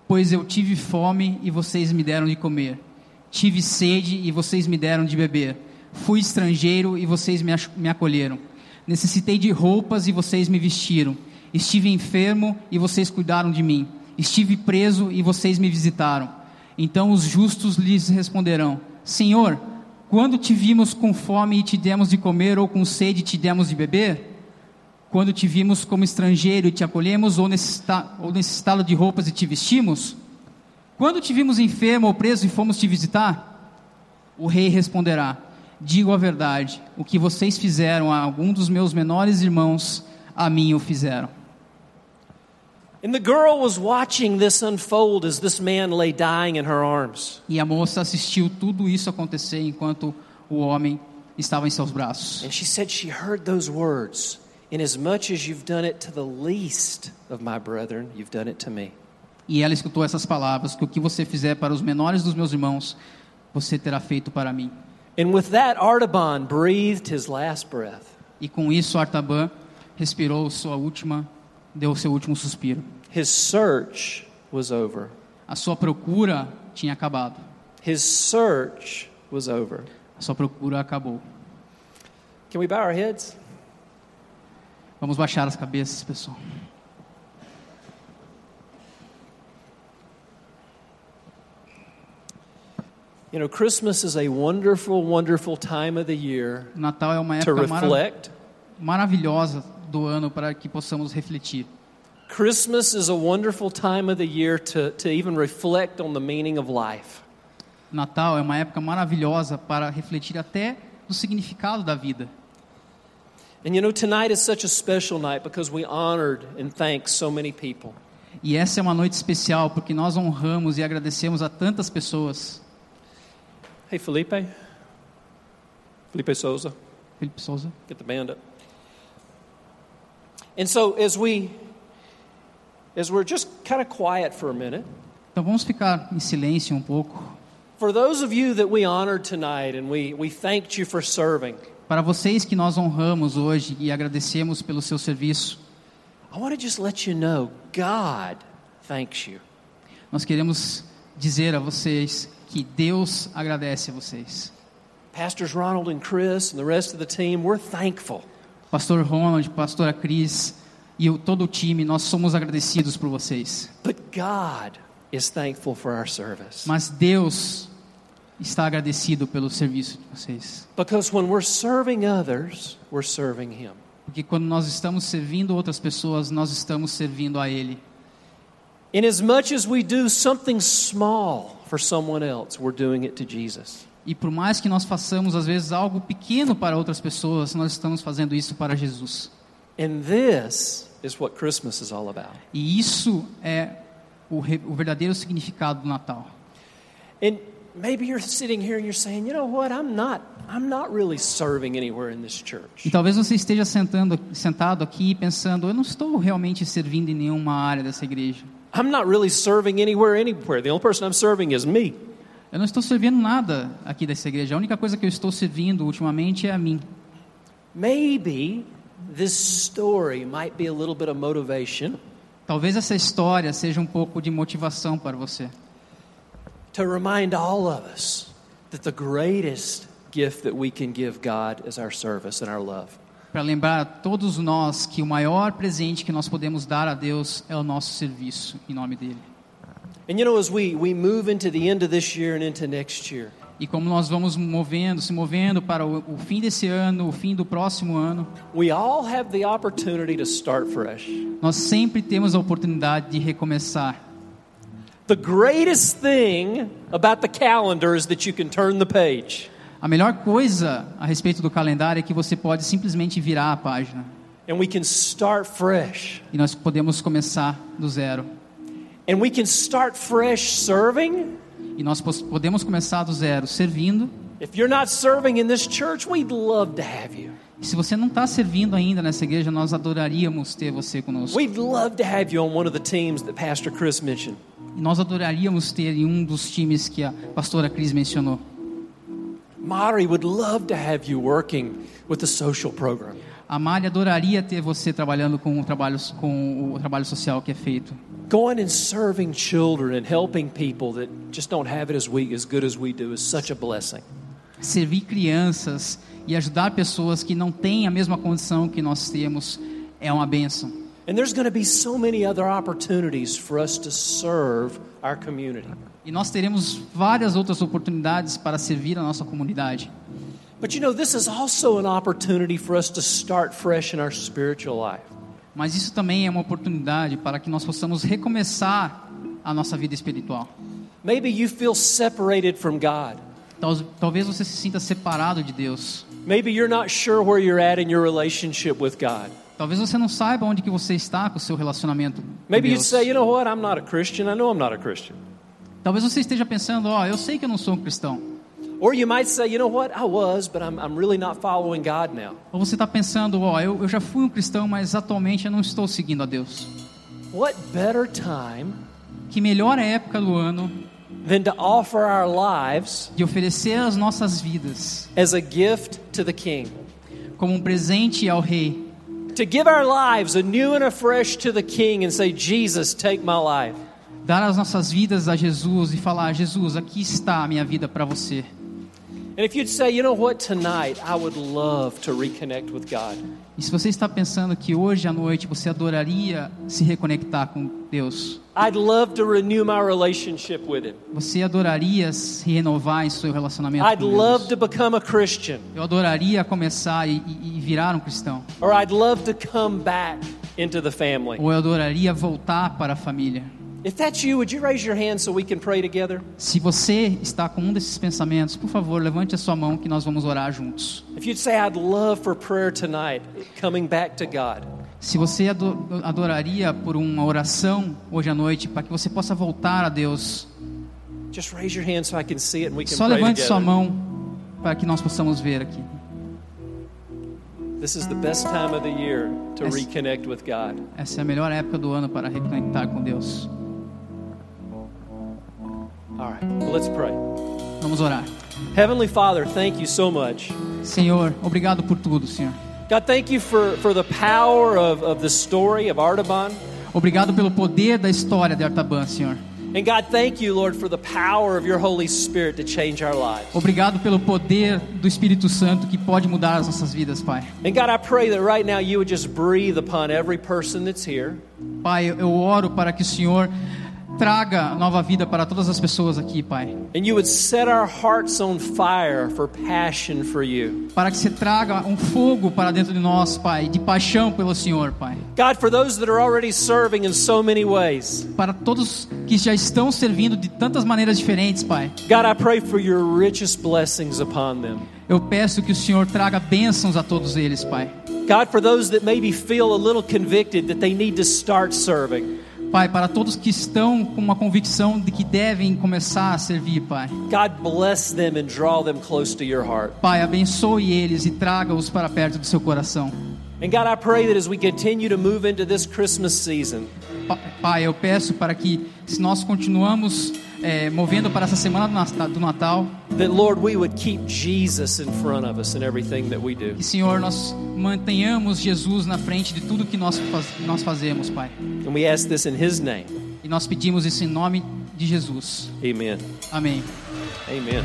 Speaker 3: Pois eu tive fome e vocês me deram de comer. Tive sede e vocês me deram de beber. Fui estrangeiro e vocês me, ach- me acolheram. Necessitei de roupas e vocês me vestiram. Estive enfermo e vocês cuidaram de mim. Estive preso e vocês me visitaram. Então os justos lhes responderão: Senhor, quando te vimos com fome e te demos de comer, ou com sede e te demos de beber? Quando te vimos como estrangeiro e te acolhemos, ou necessita- ou necessitado de roupas e te vestimos? Quando te vimos enfermo ou preso e fomos te visitar? O rei responderá: Digo a verdade, o que vocês fizeram a algum dos meus menores irmãos, a mim o fizeram.
Speaker 2: And the girl was watching this unfold as this man lay dying in her arms.
Speaker 3: E a moça assistiu tudo isso acontecer enquanto o homem estava em seus braços.
Speaker 2: And she said, She heard those words. Inasmuch as you've done it to the least of my brethren, you've done it to me.
Speaker 3: E ela escutou essas palavras: Que o que você fizer para os menores dos meus irmãos, você terá feito para mim.
Speaker 2: And with that, Artaban breathed his last breath.
Speaker 3: E com isso Artaban respirou sua última, deu seu último suspiro.
Speaker 2: His search was over.
Speaker 3: A sua procura tinha acabado.
Speaker 2: His search was over.
Speaker 3: A sua procura acabou.
Speaker 2: Can we bow our heads?
Speaker 3: Vamos baixar as cabeças, pessoal.
Speaker 2: You know, Christmas is a wonderful, wonderful time of the year
Speaker 3: O Natal é uma
Speaker 2: to
Speaker 3: época mara-
Speaker 2: reflect.
Speaker 3: maravilhosa do ano para que possamos refletir.
Speaker 2: Christmas is a wonderful time of the year to, to even reflect on the meaning of life.
Speaker 3: Natal é uma época maravilhosa para refletir até do significado da vida.
Speaker 2: And you know, tonight is such a special night because we honored and thanked so many people.
Speaker 3: E essa é uma noite especial porque nós honramos e agradecemos a tantas pessoas.
Speaker 2: Hey, Felipe. Felipe Souza,
Speaker 3: Felipe Souza.
Speaker 2: get the band up. And so, as we as we're just kind of quiet for a minute,
Speaker 3: Então vamos ficar em silêncio um pouco.
Speaker 2: for those of you that we honored tonight and we, we thanked you for serving,
Speaker 3: Para vocês que nós honramos hoje e agradecemos pelo seu serviço,
Speaker 2: I want to just let you know God thanks you.
Speaker 3: nós queremos dizer a vocês que Deus agradece a vocês.
Speaker 2: Pastors Ronald and Chris and the rest of the team, we're thankful.
Speaker 3: Pastor Ronald, pastora Cris e o- todo o time, nós somos agradecidos por vocês.
Speaker 2: But God is thankful for our service.
Speaker 3: Mas Deus está agradecido pelo serviço de vocês.
Speaker 2: Because when we're serving others, we're serving Him.
Speaker 3: Porque quando nós estamos servindo outras pessoas, nós estamos servindo a Ele.
Speaker 2: In as much as we do something small for someone else, we're doing it to Jesus.
Speaker 3: E por mais que nós façamos, às vezes, algo pequeno para outras pessoas, nós estamos fazendo isso para Jesus.
Speaker 2: And this is what Christmas is all about.
Speaker 3: E isso é o, re- o verdadeiro significado do Natal.
Speaker 2: And maybe you're sitting here and you're saying, you know what, I'm not, I'm not really serving anywhere in this church.
Speaker 3: E talvez você esteja sentando, sentado aqui pensando: eu não estou realmente servindo em nenhuma área dessa igreja.
Speaker 2: I'm not really serving anywhere, anywhere. The only person I'm serving is me.
Speaker 3: Eu não estou servindo nada aqui dessa igreja. A única coisa que eu estou servindo ultimamente é a mim.
Speaker 2: Maybe this story might be a little bit of motivation
Speaker 3: Talvez essa história seja um pouco de motivação para você.
Speaker 2: to remind all of us that the greatest gift that we can give God is our service and our love.
Speaker 3: para lembrar a todos nós que o maior presente que nós podemos dar a Deus é o nosso serviço em nome dele.
Speaker 2: And you know, as we, we move into the end of this year and into next year,
Speaker 3: E como nós vamos movendo, se movendo para o, o fim desse ano, o fim do próximo ano,
Speaker 2: we all have the opportunity to start fresh.
Speaker 3: nós sempre temos a oportunidade de recomeçar.
Speaker 2: The greatest thing about the calendar is that you can turn the page.
Speaker 3: A melhor coisa a respeito do calendário é que você pode simplesmente virar a página
Speaker 2: And we can start fresh.
Speaker 3: e nós podemos começar do zero.
Speaker 2: And we can start fresh serving.
Speaker 3: E nós pos- podemos começar do zero servindo.
Speaker 2: If you're not serving in this church, we'd love to have you.
Speaker 3: E se você não está servindo ainda nessa igreja, nós adoraríamos ter você conosco.
Speaker 2: We'd love to have you on one of the teams that Pastor Chris mentioned.
Speaker 3: E nós adoraríamos ter em um dos times que a pastora Cris mencionou.
Speaker 2: Mari would love to have you working with the social program.
Speaker 3: A Mari adoraria ter você trabalhando com o trabalho, com o trabalho social que é feito.
Speaker 2: Going and serving children and helping people that just don't have it as we as good as we do is such a blessing.
Speaker 3: Servir crianças e ajudar pessoas que não têm a mesma condição que nós temos é uma bênção.
Speaker 2: And there's going to be so many other opportunities for us to serve our community.
Speaker 3: E nós teremos várias outras oportunidades para servir a nossa comunidade.
Speaker 2: But you know, this is also an opportunity for us to start fresh in our spiritual life.
Speaker 3: Mas isso também é uma oportunidade para que nós possamos recomeçar a nossa vida espiritual.
Speaker 2: Maybe you feel separated from God.
Speaker 3: Tal- Talvez você se sinta separado de Deus.
Speaker 2: Maybe you're not sure where you're at in your relationship with God.
Speaker 3: Talvez você não saiba onde que você está com o seu relacionamento. com
Speaker 2: Maybe you'd
Speaker 3: Deus.
Speaker 2: say, you know what, I'm not a Christian. I know I'm not a Christian.
Speaker 3: Talvez você esteja pensando, ó, eu sei que eu não sou um cristão.
Speaker 2: Or you might say, you know what, I was, but I'm, I'm really not following God now.
Speaker 3: Ou você está pensando, ó, eu, eu já fui um cristão, mas atualmente eu não estou seguindo a Deus.
Speaker 2: What better time
Speaker 3: Que melhor época do ano
Speaker 2: than to offer our lives
Speaker 3: de oferecer as nossas vidas
Speaker 2: as a gift to the King?
Speaker 3: como um presente ao Rei.
Speaker 2: To give our lives anew and afresh to the King and say, Jesus, take my life.
Speaker 3: Dar as nossas vidas a Jesus e falar, Jesus, aqui está a minha vida para você.
Speaker 2: And if you'd say, you know what, tonight I would love to reconnect with God,
Speaker 3: E se você está pensando que hoje à noite você adoraria se reconectar com Deus,
Speaker 2: I'd love to renew my relationship with Him,
Speaker 3: você adoraria se renovar em seu relacionamento
Speaker 2: I'd
Speaker 3: com Deus,
Speaker 2: love to become a Christian,
Speaker 3: eu adoraria começar e, e- e virar um cristão,
Speaker 2: or I'd love to come back into the family.
Speaker 3: ou eu adoraria voltar para a família.
Speaker 2: If that's you, would you raise your hand so we can pray together?
Speaker 3: Se você está com um desses pensamentos, por favor, levante a sua mão que nós vamos orar juntos.
Speaker 2: If you'd say, I'd love for prayer tonight, coming back to God,
Speaker 3: Se você ado- adoraria por uma oração hoje à noite para que você possa voltar a Deus,
Speaker 2: just raise your hand so I can see it and we can
Speaker 3: só
Speaker 2: pray
Speaker 3: levante
Speaker 2: together.
Speaker 3: sua mão para que nós possamos ver aqui.
Speaker 2: This is the best time of the year to
Speaker 3: Yes.
Speaker 2: reconnect with God.
Speaker 3: Essa é a melhor época do ano para reconectar com Deus.
Speaker 2: All right, well, let's pray.
Speaker 3: Vamos orar.
Speaker 2: Heavenly Father, thank you so much.
Speaker 3: Senhor, obrigado por tudo, Senhor.
Speaker 2: God, thank you for, for the power of, of the story of Artaban.
Speaker 3: Obrigado pelo poder da história de Artaban, Senhor.
Speaker 2: And God, thank you, Lord, for the power of your Holy Spirit to change our lives.
Speaker 3: Obrigado pelo poder do Espírito Santo que pode mudar as nossas vidas, Pai.
Speaker 2: And God, I pray that right now you would just breathe upon every person that's here.
Speaker 3: Pai, eu oro para que o Senhor traga nova vida para todas as pessoas aqui, Pai.
Speaker 2: And you would set our hearts on fire for passion for you.
Speaker 3: Para que você traga um fogo para dentro de nós, Pai, de paixão pelo Senhor, Pai.
Speaker 2: God, for those that are already serving in so many ways,
Speaker 3: Para todos que já estão servindo de tantas maneiras diferentes, Pai.
Speaker 2: God, I pray for your richest blessings upon them.
Speaker 3: Eu peço que o Senhor traga bênçãos a todos eles, Pai.
Speaker 2: God, for those that maybe feel a little convicted that they need to start serving,
Speaker 3: Pai, para todos que estão com uma convicção de que devem começar a servir, Pai.
Speaker 2: God, bless them and draw them close to your heart.
Speaker 3: Pai, abençoe eles e traga-os para perto do seu coração.
Speaker 2: And God, I pray that as we continue to move into this Christmas season,
Speaker 3: Pa- Pai, eu peço para que, se nós continuamos eh, movendo para essa semana do Nata- do Natal,
Speaker 2: that Lord, we would keep Jesus in front of us in everything that we do.
Speaker 3: que, Senhor, nós mantenhamos Jesus na frente de tudo que nós, faz- nós fazemos, Pai.
Speaker 2: And we ask this in His name.
Speaker 3: E nós pedimos isso em nome de Jesus.
Speaker 2: Amen.
Speaker 3: Amém.
Speaker 2: Amen.